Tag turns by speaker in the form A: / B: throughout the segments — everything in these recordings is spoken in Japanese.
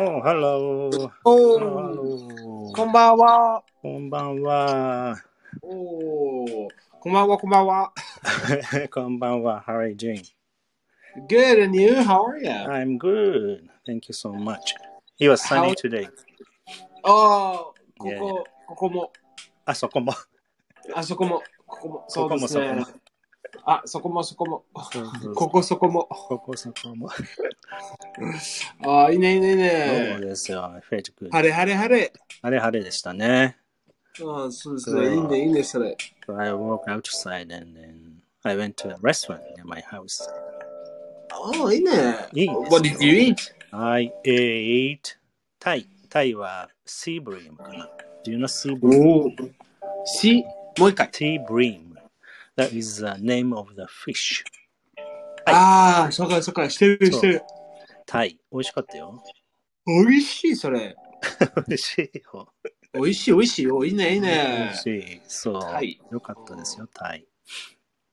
A: Oh, hello.
B: おー、こ
A: Hello.
B: んばんは。
A: こんばんは。
B: おー、こんばんは、こんばん は。
A: こんばんは。How are you doing?
B: Good, and you? How are you?
A: I'm good. Thank you so much. It was
B: How-
A: sunny today.
B: あー、こ
A: Yeah,
B: こ、ここも、
A: あ、そ こ も。
B: あそこも、ここも、そ
A: こ
B: う
A: こ
B: で
A: も
B: す
A: そこ
B: ね
A: も。。
B: あ、そこも、そこも、
A: そうそうそう
B: ここ、そこも。
A: ここそこも。
B: あー、いいね、いいね、いい
A: そう
B: ね。
A: ですよ。Felt good.
B: 晴れ、晴れ、晴れ。
A: 晴れ晴れでしたね。
B: うん、そうです
A: そう
B: ね。いいね、いいね、それ。
A: So I walked outside and then I went to a restaurant near my house.
B: あー、いいね。
A: いいですね
B: What did you eat?
A: I ate タイ。タイはシーブリームかな。Do you know シーブリーム
B: おー、し、もう一回。
A: Tea bream. That is the name of the fish.
B: あー、そうか、そうか、してる、
A: そう
B: してる。
A: タイ。美味しかったよ。
B: 美味しい、それ。
A: 美味しいよ。
B: 美味しい、美味しい。おいいね、いい
A: 美
B: ね
A: 味。しい。そう。
B: タイ
A: よかったですよ、タイ。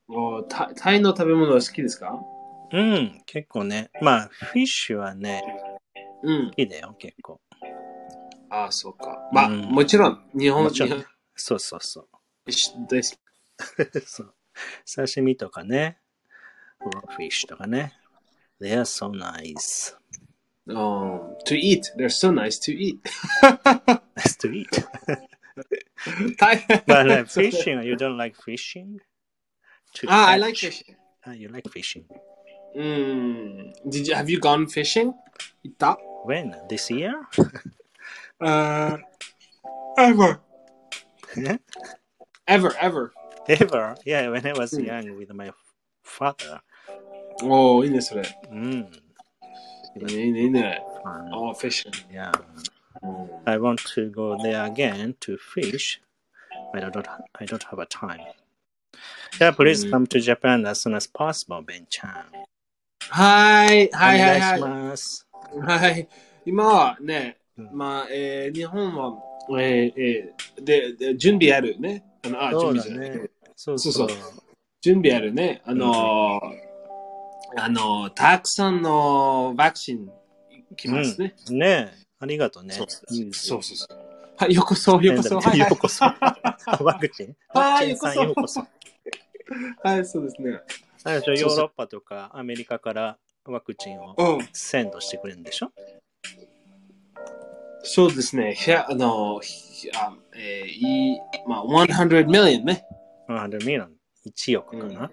B: おタタイの食べ物は好きですか
A: うん、結構ね。まあ、フィッシュはね、
B: うん。
A: いいだよ、結構。
B: ああ、そうか。まあ、
A: うん
B: もちろん、日本
A: もちろん
B: 日本
A: そうそうそう。
B: 酒大好き。
A: そう刺身とかね。フィッシュとかね。They are so nice.
B: Um, to eat. They're so nice to eat.
A: Nice to eat.
B: タイ。
A: But like fishing, you don't like fishing? To
B: ああ、I Ah, like
A: catch-
B: fish.
A: Ah, you like fishing.
B: うん。Did you, have you gone fishing? 行った
A: When? This year? Uh,
B: ああ、ever. Ever, ever.
A: ever. Yeah, when I was
B: Mm.
A: young with my father.
B: おお、いいね、それ。
A: Mm,
B: いいね、いいね、いいね。
A: fun.
B: ああ、fishing. Oh, Mm.
A: Yeah.
B: うん、
A: I want to go there again to fish. but I don't. I don't have a time. Yeah, please
B: Mm.
A: come to Japan as soon as possible, Ben-chan.
B: はい、はい、はい、はい。
A: ます。
B: はい。今はね、
A: うん
B: まあ、えー日本は、えーえーで、で準備あるね。あの、あ、準
A: そう
B: 備
A: だ
B: じゃない。
A: ね。そうそう。
B: そう準備あるね。あのー、あのー、たくさんのワクチン来ますね。
A: うん、ねえありがとうね。
B: そう
A: うん
B: そうそうそう。はい、ようこそ、ようこそ。はい、
A: よ
B: は
A: う
B: い
A: こ そ。ワクチン。ワクチンさん
B: はい
A: ようこそ。
B: はい、そうですね。
A: あれでし
B: そう
A: ょヨ
B: そう
A: ーロッパとかアメリカからワクチンを
B: うん。
A: センドしてくれるんでしょ
B: そうですね。ひゃあのー、ひあえーいい、まあ、100 million ね。
A: あでミラン1億かな、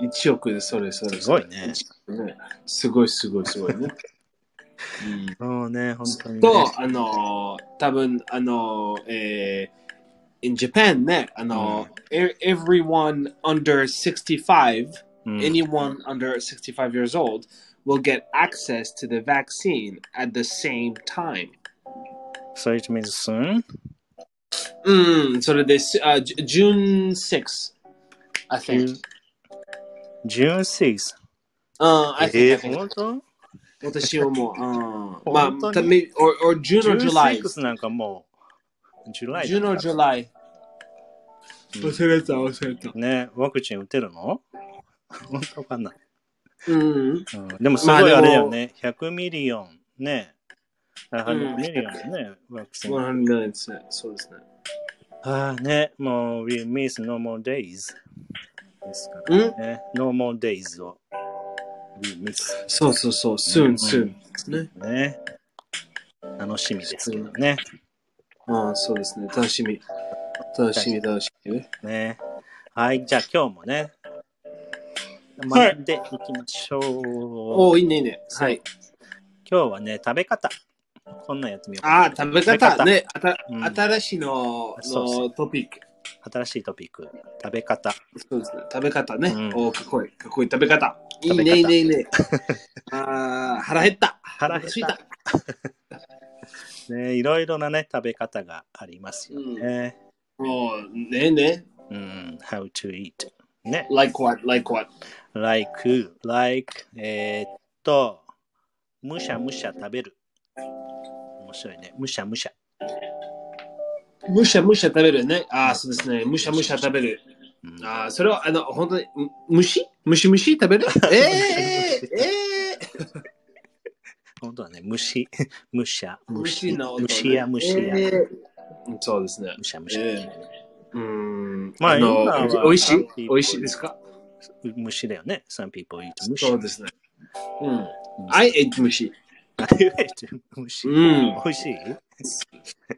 B: 1億で、それ、それ。
A: すごいね。
B: それねすごい、すごい、すご いね。うん
A: そうね、本当に、ね。
B: と、あのー、多分あのー、えー、in Japan ね、あのー、e everyone under 65,
A: うん、
B: anyone under 65 years old will get access to the vaccine at the same time.
A: So it means soon?
B: うん、それです、あ、じ uh, June 6, I think.
A: June 6th.
B: うん、I Uh, think,
A: え
B: I
A: ー、
B: think.
A: 本当
B: 私はもう、うん、ま
A: 本当
B: あ、
A: に
B: た maybe- or, or June or
A: ?June
B: July.
A: 6th なんかもう、July だ
B: June or
A: から
B: July.
A: うん
B: 忘れた、忘れた。
A: ね、ワクチン打てるの 本当かな、
B: うん。
A: うん、でもすごい
B: ま
A: あ
B: あでも
A: れだよね。100ミリオン。ね。
B: う
A: 100
B: ん
A: ミリオンね、ワクチン。
B: 100 million ですね。そうですね。
A: ああね、もう、we miss no more days ですか
B: うん
A: らね。no more days を we miss
B: そうそうそう。soon,
A: う
B: soon
A: ん。
B: ね。
A: ね。楽しみですけどね。
B: ああ、そうですね。楽しみ。楽しみ、楽しみね。
A: ね。はい、じゃあ今日もね、
B: はい
A: 学んでいきましょう。
B: おお、いいね、いいね。はい。
A: 今日はね、食べ方。こんなんやってみよう
B: ああ、食べ
A: 食べ方
B: 方ね。あた
A: うん
B: 新しいの
A: そうそ
B: のトピック。
A: 新しいトピック。食べ方。
B: そうですね。食べ方ね
A: うん。
B: おお、かっこいい。かっこいい食べ方。いい
A: 食べ方
B: ね、いいね、いいね。ああ、腹減った。
A: 腹減った
B: お腹すいた。
A: ね、いろいろなね、食べ方がありますよね。
B: もう、ねえね。
A: うん、how to eat。ね。
B: like what, like what.
A: like, like, えーっと、むしゃむしゃ食べる。面白いね。むしゃむしゃ。
B: むしゃむしゃ食べるね。ああ、そうですね。むしゃむしゃ食べる。
A: うん
B: ああ、それは、あの、本当に、 む虫虫虫食べるええええええ
A: 本本当はね、虫、 むしゃ、む
B: 虫
A: し
B: の音ね
A: むしやむしや、
B: えーそうですね。
A: むしゃむし
B: えうーん。
A: まあ
B: あの
A: 今は
B: 美味しい
A: いい
B: 美味しいですか
A: ゃ、虫だよね。Some people eat 虫。
B: そうですね。うん。
A: うん
B: I ate 虫。
A: I ate 虫。
B: うん
A: 美味しい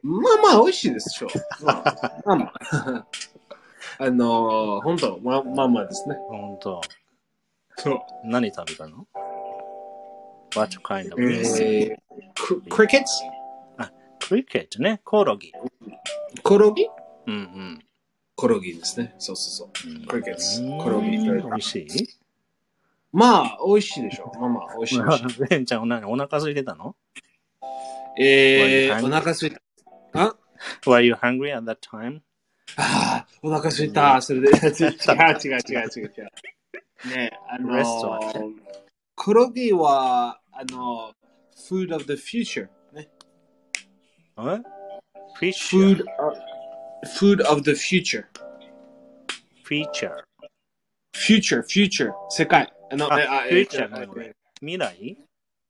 B: まあまあ、美味しいです でしょう。まあ、まあまあ。 あのー、本当まあまあまあですね。
A: 本当。
B: そう。
A: 何食べたの ?What kind of
B: えー、ククリケッツ
A: cricket ね。コオロギ。
B: コロギ
A: うんうん。
B: コロギですね。そうそうそう。クリケッツ
A: うん
B: コロギ
A: 美味しい
B: まあ、美味しいでしょう。まあまあ、美味しい美味しい。
A: レンちゃん、何お腹空いてたの
B: えー、
A: Why
B: お
A: you hungry?
B: 腹すいた。あ
A: ?Were you hungry at that time?
B: あー、お腹すいた。それで、違う違う違う違う違う。ねあの
A: レストラ
B: ー、コロギは、あのー、food of the future。ね。
A: え ?Feature.
B: food of, food of the future
A: Feature.
B: future future 世界あの
A: あ
B: えあえ
A: future
B: え
A: ごめんごめん
B: え
A: 未来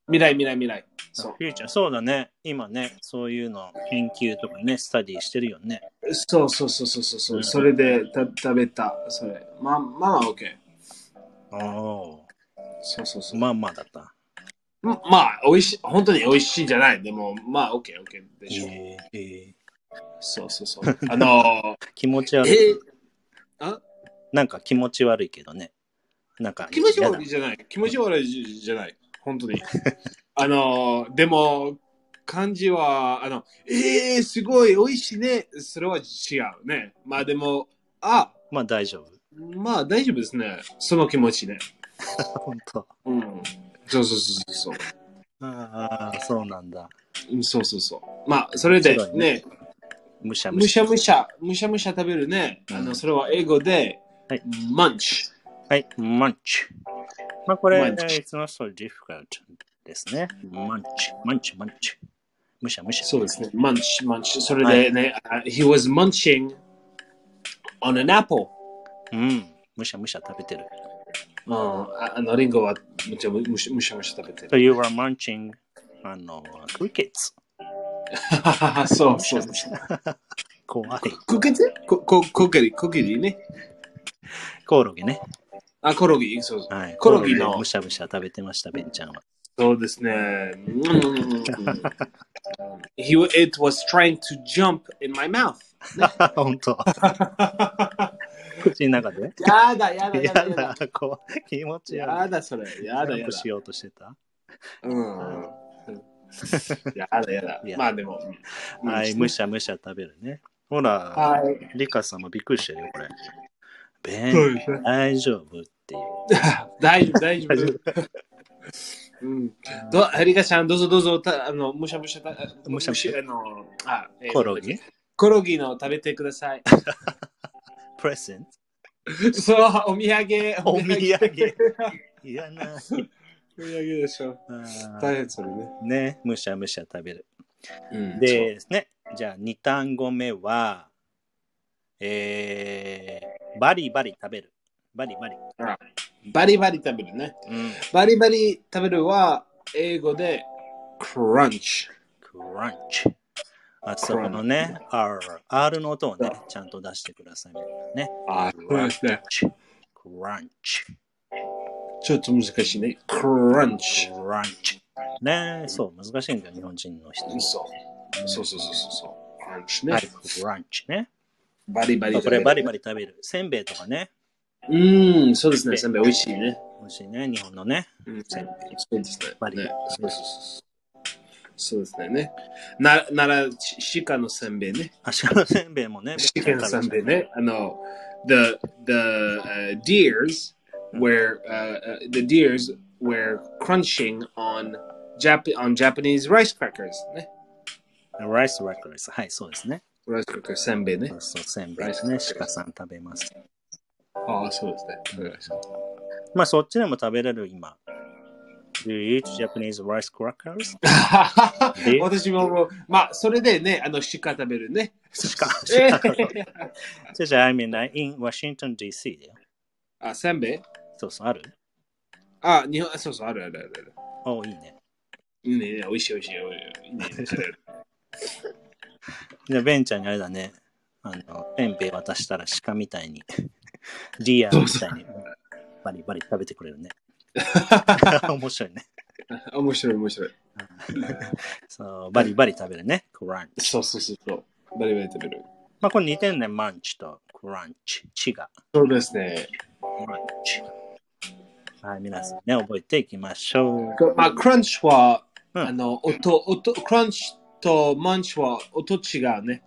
B: 未来未来未来
A: そ。
B: そう
A: フューチャー、そうだね。今ね、そういうの研究とかね、スタディしてるよね。
B: うそうそうそうそうそうそううんそれでた食べたそれまあまあ OK
A: おお
B: そうそうそ
A: ー、
B: う
A: まあまあだった。
B: ままあ美味しい本当に美味しいじゃないでもまあ OKOK、でしょう、
A: えーえ
B: そうそうそうあの
A: ー気持ち
B: ー
A: 悪い。
B: えあ
A: なんか気持ち悪いけどね。なんか
B: 気持ち
A: 嫌
B: 悪
A: だ
B: いじゃない気持ち悪いじゃない本 当にあのでも漢字はあのえー、すごい美味しいねそれは違うねまあでもあ
A: まあ大丈夫。
B: まあ大丈夫ですねその気持ちね
A: 本当。
B: うんそうそうそうそう
A: ああ、そうなんだ。
B: うんそうそうそうまあそれで
A: そうだね
B: ね
A: むしゃむ
B: む
A: し
B: し
A: ゃ。
B: ゃむしゃむしゃむしゃ食べるねあ
A: う
B: の
A: ん
B: それは英語で、
A: はい
B: マンチ
A: はい、マンチ。まあこれ、
B: マ
A: い
B: ンチ
A: つの so difficult ですね。マンチ、マンチ、マンチ。むしゃむしゃ。
B: そうです
A: ね。
B: ねマンチマンチそれ
A: は
B: で
A: い
B: ね、あ he was munching on an apple
A: うん。むしゃむしゃ食べてる。
B: うん、ああのリンゴはむちゃむむしむしゃむしゃ食べて
A: So
B: る。
A: you were munching あの、crickets.
B: そうそうそう。
A: 怖い。
B: コケツコココケリコケリね。
A: コオロギね。
B: あコロギそうそう。
A: はい。
B: コロギの
A: をむしゃむしゃ食べてました、ベンちゃんは。
B: そうですね。He it was trying to jump in my mouth.
A: 本 当。口の中で。
B: やだやだ
A: や
B: やだやだ
A: だ、怖い。気持ち悪
B: や
A: い。
B: だそれやだ
A: ジャン
B: や
A: プ
B: だ。
A: しようとしてた。
B: うん。やだやだ
A: い。や
B: まあでも。うん
A: はい、むしゃむしゃ食べるね。ほら、
B: はい。
A: リカさんもびっくりしてるよ、これ。ベ
B: そう
A: ン、
B: ですね
A: 大丈夫っていう。
B: 大丈夫大丈
A: 大丈
B: 夫。うん、どリカちゃん、どうぞどうぞ、たあのむしゃむしゃた、あ
A: むしゃむしゃ
B: あのあえー
A: コオロギ
B: コオロギの食べてください。
A: プレゼン
B: そう、お土産。
A: トお土 産。
B: お
A: いらない。
B: 土産でしょ。
A: あ
B: 大変それね。
A: ーね、むしゃむしゃ食べる。
B: うん
A: でですね、じゃあ2単語目は、えー、バリバリ食べる。バリバリ。
B: そうバリバリ食べるね。
A: うん。
B: バリバリ食べるは、英語で、クランチ。
A: クランチ。あそこのね、R、R の音をね、ちゃんと出してくださいね。
B: あ
A: そうです
B: ね。
A: クランチ。
B: ちょっと難しいね。クランチ。
A: クランチ。ねそう、難しいんだよ、日本人の人。
B: そうそうそうそうそうそう。クランチね。
A: はい、クランチね。
B: バリバリ
A: そう
B: 食
A: こ
B: べ
A: れ
B: る。
A: バリバリ食べる。せんべいとかね。
B: うん、そうですね。せんべい美味しいね。
A: 美味しいね、日本のね。
B: うん
A: せんべい
B: そうですね。
A: バリ
B: ねそうそうそうそうですねね。ななら、し鹿のせんべいね。
A: あ、鹿のせんべいもね。
B: 鹿のせんべいね。あの、the, the、uh, deers were,、uh, uh, the deers were crunching on, Jap on Japanese rice crackers ね。
A: ライスラックです。はい、そうですね。
B: rice cracker せんべいね
A: そう。そう、せんべいですね。鹿さん食べます。
B: ああ、そうですね。
A: まあ、そっちでも食べれる、今。Do you eat Japanese rice crackers? で
B: 私ももう、まあ、それでね、あの、鹿食べるね。
A: 鹿、
B: え
A: 鹿。じゃあじゃあ、I mean, I- in Washington, D.C. だよ。
B: あ、せんべい
A: そうそう、ある
B: あ、日本、そうそう、あるあるあるある。
A: おいいね。
B: いいね、美味しい美味しい。いいね 食べる
A: じゃあ、ベンちゃんにあれだね。あの、ペンペ渡したら鹿みた いに、ディアみたいに、バリバリ食べてくれ るね。面白いね。
B: あ面白い面白い。
A: そう、バリバリ食べるね。クランチ。
B: そうそうそうそう。バリバリ食べる。
A: まあ、これ似てるね。マンチとクランチ。チが。
B: そうですね。
A: クランチ。はい、皆さんね、覚えていきましょう。
B: まあ、クランチは、
A: うん
B: あの、音、音、クランチとマンチは音違うね。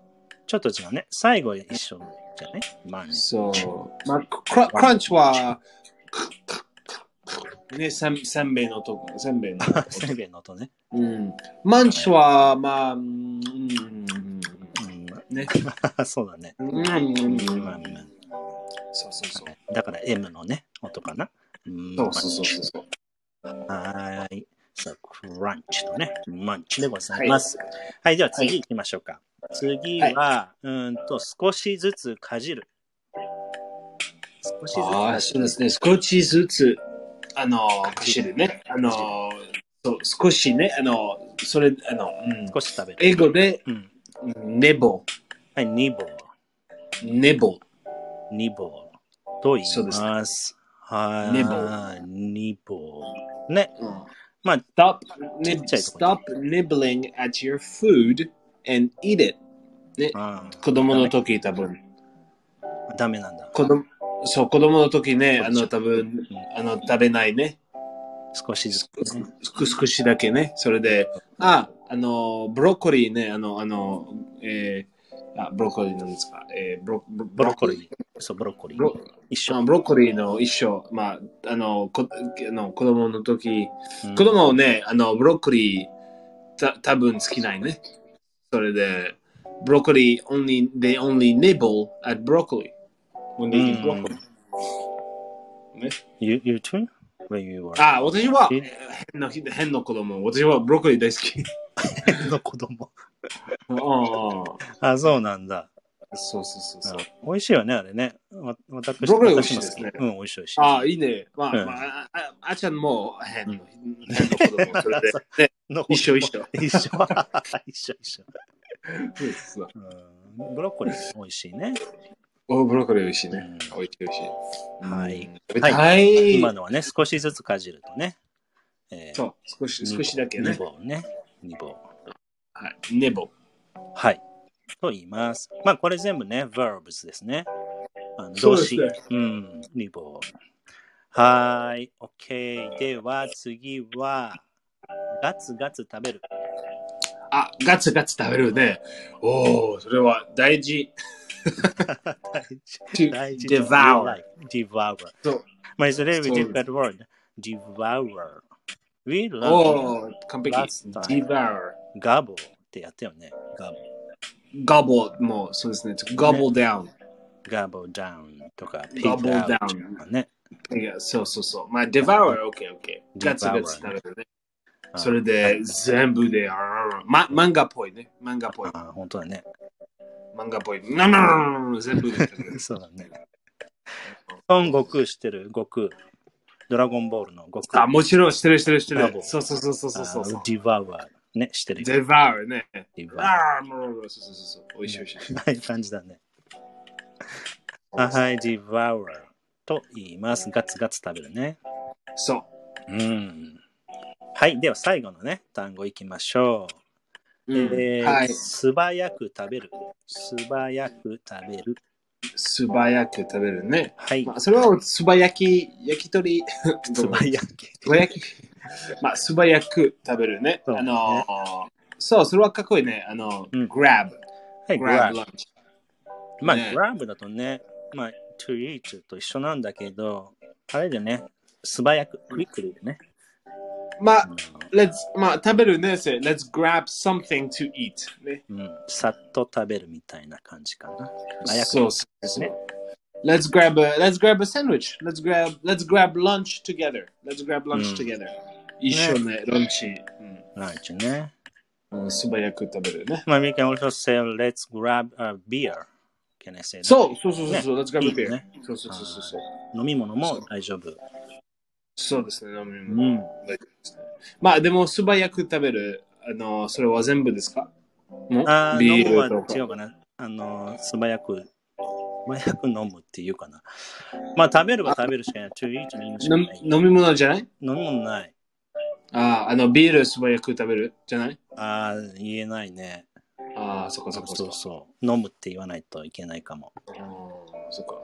A: ちょっと違うね。最後一緒じゃね。マンチ。
B: そう。まあ、クラクランチは、ね、せんせんべいのとこ、せんべいの音。
A: せんべいの音ね。
B: うん。マンチは、まあ、うんうん
A: うん、
B: ね。
A: そうだね。
B: うん
A: まあま
B: そうそうそう。
A: あだから M のね、音かな。うん
B: そうそうそうそう。
A: はーい。さあ、クランチとね、マンチでございます。はい、では次行きましょうか。次は、うーんと、少しずつかじる。少しずつ
B: あ
A: か
B: あ、
A: じ
B: そう
A: る。
B: ですね。少しずつ、あの、
A: か
B: か
A: じ
B: し
A: る
B: るね。あの、そう少しね、あの、それ、あの、うん、
A: 少し食べる。
B: 英語で、
A: うん。
B: ネボ、
A: はい、ニボー。
B: ネボ、
A: ニボーと言
B: そう
A: い
B: です
A: ます。はーい。ニボー。ね。
B: うん
A: まあ、
B: stop,
A: ち
B: nib-
A: っちゃいとこ
B: stop nibbling at your food and eat it.
A: あ
B: 子供の時多分、
A: ーダメなんだ。
B: 子供、そう、子供の時ね、あ
A: そう
B: の
A: でしょ
B: 多分、あの食べないね。
A: 少しずつ、ね。
B: 少少しだけね。それで、あ、あの、ブロッコリーね、あの、あの、えー、あ、ブロッコリーなんですか。えー、ブロ
A: ブ
B: ブ
A: ロッコリー。そう、ブロッコリ
B: ブロ
A: ー。一緒。
B: あブロッコリーの一生、まあ、あの、こあの子供の時、
A: うん
B: 子供をね、あの、ブロッコリー、た多分好きないね。それで、ブロッコリー、only, they only nibble at broccoli. When they
A: う
B: eat
A: ん
B: broccoli. ね、
A: You, you too? When you were.
B: あ、私は
A: え
B: 変な変な子供。私はブロッコリー大好き。
A: の子供。
B: ああ、
A: あ、そうなんだ。
B: そうそうそうそう。
A: 美味しいよね、あれね。わ私
B: ブロッコリー美味しいですね
A: 私も好きうん、美味しい美味しい。
B: ああ、いいね。まあ、
A: うん
B: まあ、あああちゃんも変
A: うん
B: な変な子供。それで、 ね、
A: の
B: 一緒 一緒。
A: 一緒。一緒一
B: そ
A: 緒、
B: うそう
A: うん。ブロッコリー美味しいね。
B: おブロッコリー美味しいね。
A: うん
B: 美味しい美味しい。
A: はい。
B: 食べたい。
A: 今のはね、少しずつかじるとね。えー
B: そう、少し、
A: ニ
B: 少
A: ボ
B: しだけね
A: ニ。ボね。ニボ。
B: はい。ネボ。
A: はい。と言います。まあ、これ全部ね、verbs ですね。あの
B: そう
A: 動
B: です
A: 詞。
B: ね
A: うん、ニボ。はーい。OK。では、次は、ガツガツ食 べる。
B: あ、ガツガツ食べるね。おお、それは大事。To
A: 大事
B: devour。
A: devour。
B: そう。
A: まあ、it's a very
B: そう
A: difficult word. devour. We
B: お
A: love
B: お、完璧
A: Last。time
B: devour。
A: gobble ってやったよね。gobble,
B: gobble もそうですね。to gobble down。
A: gobble down とか pig
B: gobble
A: out と
B: down。
A: かね。
B: いや、そうそうそう。まあ、devour、OK、OK。ガツガツ食べるね。それで、全部で、あーま、漫画っぽいね。漫画っぽい。
A: ああ、本当だね。
B: 漫画っぽい。なな全部で食べる。
A: そうだね。孫悟空してる悟空。ドラゴンボールの悟空。
B: あ、もちろん、してるしてるしてる
A: Gobble。
B: そうそうそうそうそうそう。
A: devour ね、してる。
B: devour ね。
A: devour。
B: ああ、もう、そうそうそうそう。美味しい美味しい。
A: はい、感じだね。はい、devour と言います。ガツガツ食べるね。
B: そう。
A: うん。はい、では最後のね、単語いきましょう。えー
B: はい。
A: 素早く食べる。素早く食べる。
B: 素早く食べるね。
A: はい。
B: まあ、それは素早き焼き 鳥。
A: 素早く。
B: 素早き。まあ、素早く食べるね。
A: そう
B: あのーそう、それはかっこいいね。あの、
A: うん
B: grab。
A: はい、グ
B: grab
A: ラブ。
B: lunch。
A: まあ、
B: ね
A: グラブだとね、まあ、to eat と一緒なんだけど、あれでね、素早く、クイックでね。
B: ま
A: あ
B: あ、
A: の
B: let's、まあ、食べるね。それ let's grab something to eat。ね。
A: うん、さっと食べるみたいな感じかな。早く。
B: そうそうそう
A: ね
B: Let's grab a let's grab a sandwich. Let's grab let's grab lunch together. Let's grab
A: うん
B: lunch together. 一緒ね、ランチ。
A: ランチね。
B: うんうん素早く食べるね。
A: まあ、we can also say, let's grab a beer. Can I say that?
B: そうそうそうそうそう、Let's grab
A: い
B: a beer、
A: いよね
B: そうそうそうそうそう。
A: 飲み物も大丈夫。
B: そうですね、飲み
A: うん
B: 物。大丈夫ですねまあでも素早く食べる、あの、それは全部ですかも
A: あー
B: ビ
A: 飲むは
B: ールと
A: 違
B: か。
A: うかな。あの、素早く、素早く飲むっていうかな。まあ、食べれば食べるしかない。注意と飲むしか
B: 飲
A: ない。
B: 飲み物じゃない
A: 飲むもない。
B: ああ、あの、ビール素早く食べるじゃない
A: ああ、言えないね。
B: ああ、そっかそっかそ
A: そ
B: っ
A: う
B: か。
A: そう。飲むって言わないといけないかも。
B: うんそっか。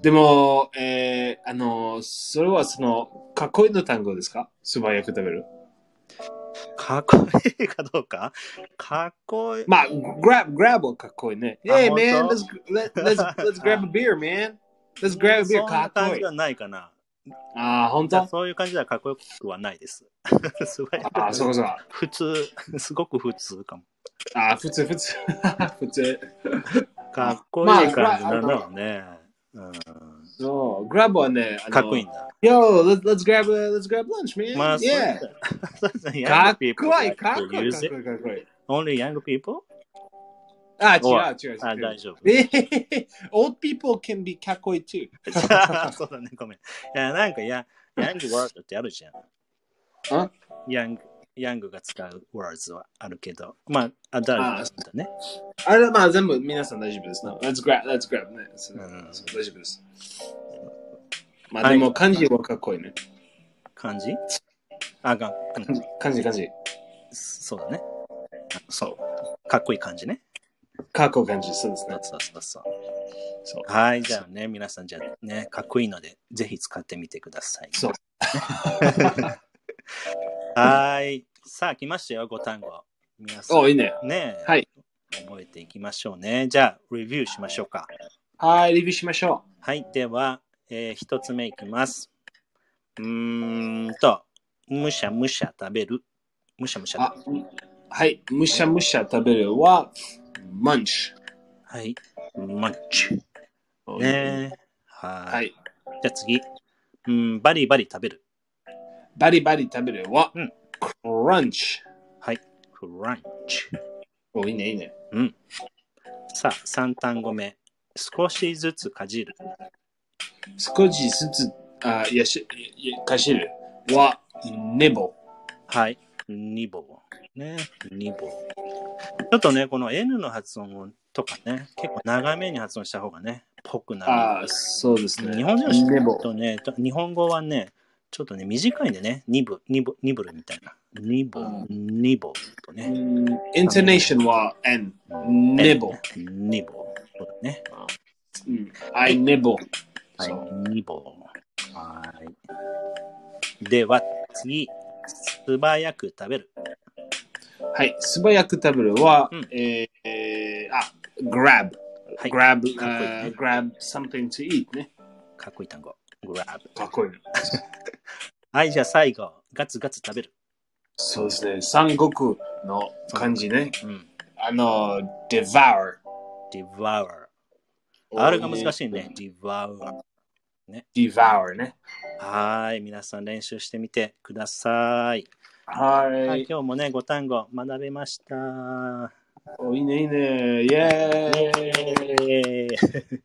B: でも、えー、あの、それはその、かっこいいの単語ですか素早く食べる。
A: かっこいいかどうかかっこいい。
B: まあ、grab, grab はかっこいいね。
A: あ
B: Hey man,
A: 本
B: let's, let, let's, let's grab a beer, man. Let's grab a
A: そ
B: beer.
A: ん
B: か
A: な
B: っこ
A: 感
B: い
A: じ
B: い
A: は。ないかな。
B: ああ、本
A: じゃあ
B: 当
A: そういう感じではかっこよくはないです。 素早く
B: ああ、そうそう。あ
A: 普通、すごく普通かも。
B: あ、普通、普通。 普通。
A: かっこいい感じなんだろうね。うん、
B: そう、grab はね、あの
A: かっこいいんだ。
B: Yo, let's, let's, grab a, let's grab lunch, man.
A: まあ、そう
B: yeah.
A: だ。そうだ
B: か
A: young
B: っこいい、
A: people
B: かっ
A: like
B: こい
A: to
B: い、
A: use
B: かっこいい、か
A: it.
B: っこいい。
A: Only young people?
B: あ、違
A: お
B: う、違う、
A: あ、
B: 違う
A: 大。丈夫。
B: えへへへ old people can be かっこいい too.
A: そうだね、ごめん。いや、なんかや、ヤングワードってあるじゃん。
B: あ
A: ヤング、ヤングが使うワードはあるけど、まあ、アダルトだね。
B: あれ、まあ全部皆さん大丈夫です。No, let's grab, let's grab ね。そう
A: うん
B: そう大丈夫です。まあでも漢字はかっこいいね。
A: 感じあ、が、うん、
B: 漢字、漢字。
A: そうだね。そう。かっこいい感じね。
B: かっこいい漢字、そうです
A: そ
B: ね
A: う。そうそうそう。
B: そう。
A: はい、じゃあね、皆さん、じゃあね、かっこいいので、ぜひ使ってみてください。
B: そう
A: はい。さあ、来ましたよ、5単語。皆さん、
B: お、いいね。
A: ね、
B: はい
A: 覚えていきましょうね。じゃあ、レビューしましょうか。
B: はい、レビューしましょ
A: はい、では、え1つ目いきます。うーんと、むしゃむしゃ食べる。むしゃむし
B: う。
A: ゃ
B: あ。、はい。むしゃむしゃ食べるは、munch。
A: はい。マッチ。。ね。はい。
B: はい。
A: じゃあ次。うん、バリバリ食べる。
B: バリバリ食べるは
A: うん、
B: crunch。
A: はい。クランチ。
B: お、いいね、いいね。
A: さあ、3単語目。少しずつかじる。
B: 少しずつ、あ、やし、やかしるは、nibble。
A: はい。ニボー。ね。ニボー。ちょっとね、この N の発音とかね、結構長めに発音した方がね、ぽくな
B: ああ、そうです
A: る。
B: ね。
A: 日本人の人
B: nibble
A: とね、と日本語はね、ちょっとね、短いんでね、ニブ、ニブ、ニブルみたいな。ニボー、ニボーとね。
B: イントネーションは N。nibble。
A: ニボー。そうだね。
B: I nibble。
A: はい
B: そう。、
A: ニボー。はい。では、次。素早く食べる。
B: はい。素早く食べるは
A: うん、
B: えーえーあ、grab。
A: はい。
B: grab
A: かっこいいね
B: uh, grab something to eat ね。
A: かっこいい単語。グラブ。
B: かっこいい。
A: はい、じゃあ最後。ガツガツ食べる。
B: そうですね。三国の漢字ね。
A: うん。
B: あの、devour。
A: devour。R が難しいね。devour。
B: devour ね。
A: はい。皆さん練習してみてください。
B: は
A: はい、
B: い。
A: 今日もね、5単語学べました。は
B: お、いいね、いいね。イェーイ。
A: い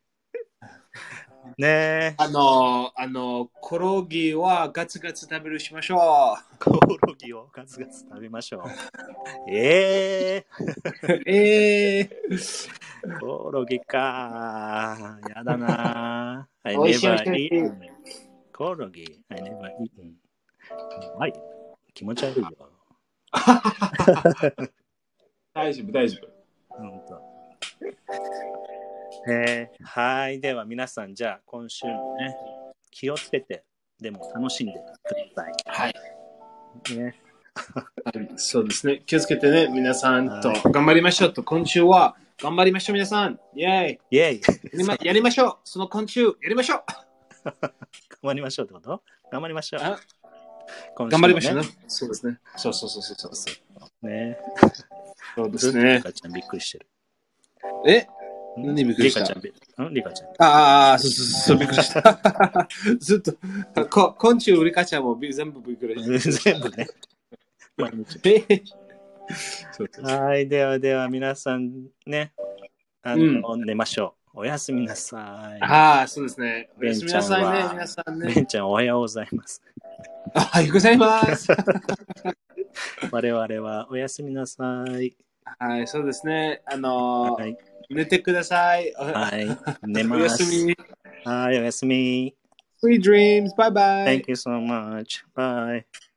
A: ねえ。
B: あの、あの、コロギはガツガツ食べるしましょ
A: コオロギをガツガツ食べましょう。ええ
B: う。ええ
A: コオロギか。やだな。I
B: 美味しい
A: never
B: 美味しい
A: eaten コオロギ。I never eaten。はい。気持ち悪いよ。
B: 大丈夫、大丈夫。
A: 本当。えーはい。では皆さん、じゃあ今週もね、気をつけて、でも楽しんでくだ
B: はい。
A: さい。ね。
B: そうですね。気をつけてね、皆さんと
A: は
B: 頑張りましょうと、今週は頑張りましょう、皆さん。イェーイ。
A: イェイ頑
B: やりまやりましょう。その今週、やりましょう。
A: 張りましょうってこと頑張りましょう。
B: あ
A: 今週
B: 頑張
A: もね
B: りましょうね。そうですね。そうそうそうそうそう。
A: ね。
B: そうで
A: ずっ
B: す
A: と
B: ね
A: リ。カちゃんびっくりしてる。
B: え何びっくりした
A: リカちゃんびんリカちゃん。
B: ああ、そうそうそう、びっくりした。 ずっと、こ今週、ウリカちゃんもび全部びっくりし
A: 全 部ね。毎日
B: た。ええそうそうそう
A: はい。ではでは皆さんね、あの、寝ましょう。おやすみなさい。
B: ああ、そうですね。おやすみなさい
A: ベンちゃん
B: ね
A: は、
B: 皆さんね
A: ベ。ンちゃんおはようございます。
B: おはようございます。
A: 我々はおやすみなさい。
B: はい、そうですね。あの、
A: はい。
B: 寝てください。お
A: はい。寝
B: お
A: ま
B: や
A: す
B: す。み。
A: はい、おやすみ。
B: Sweet dreams. Bye bye.
A: Thank you so much. Bye.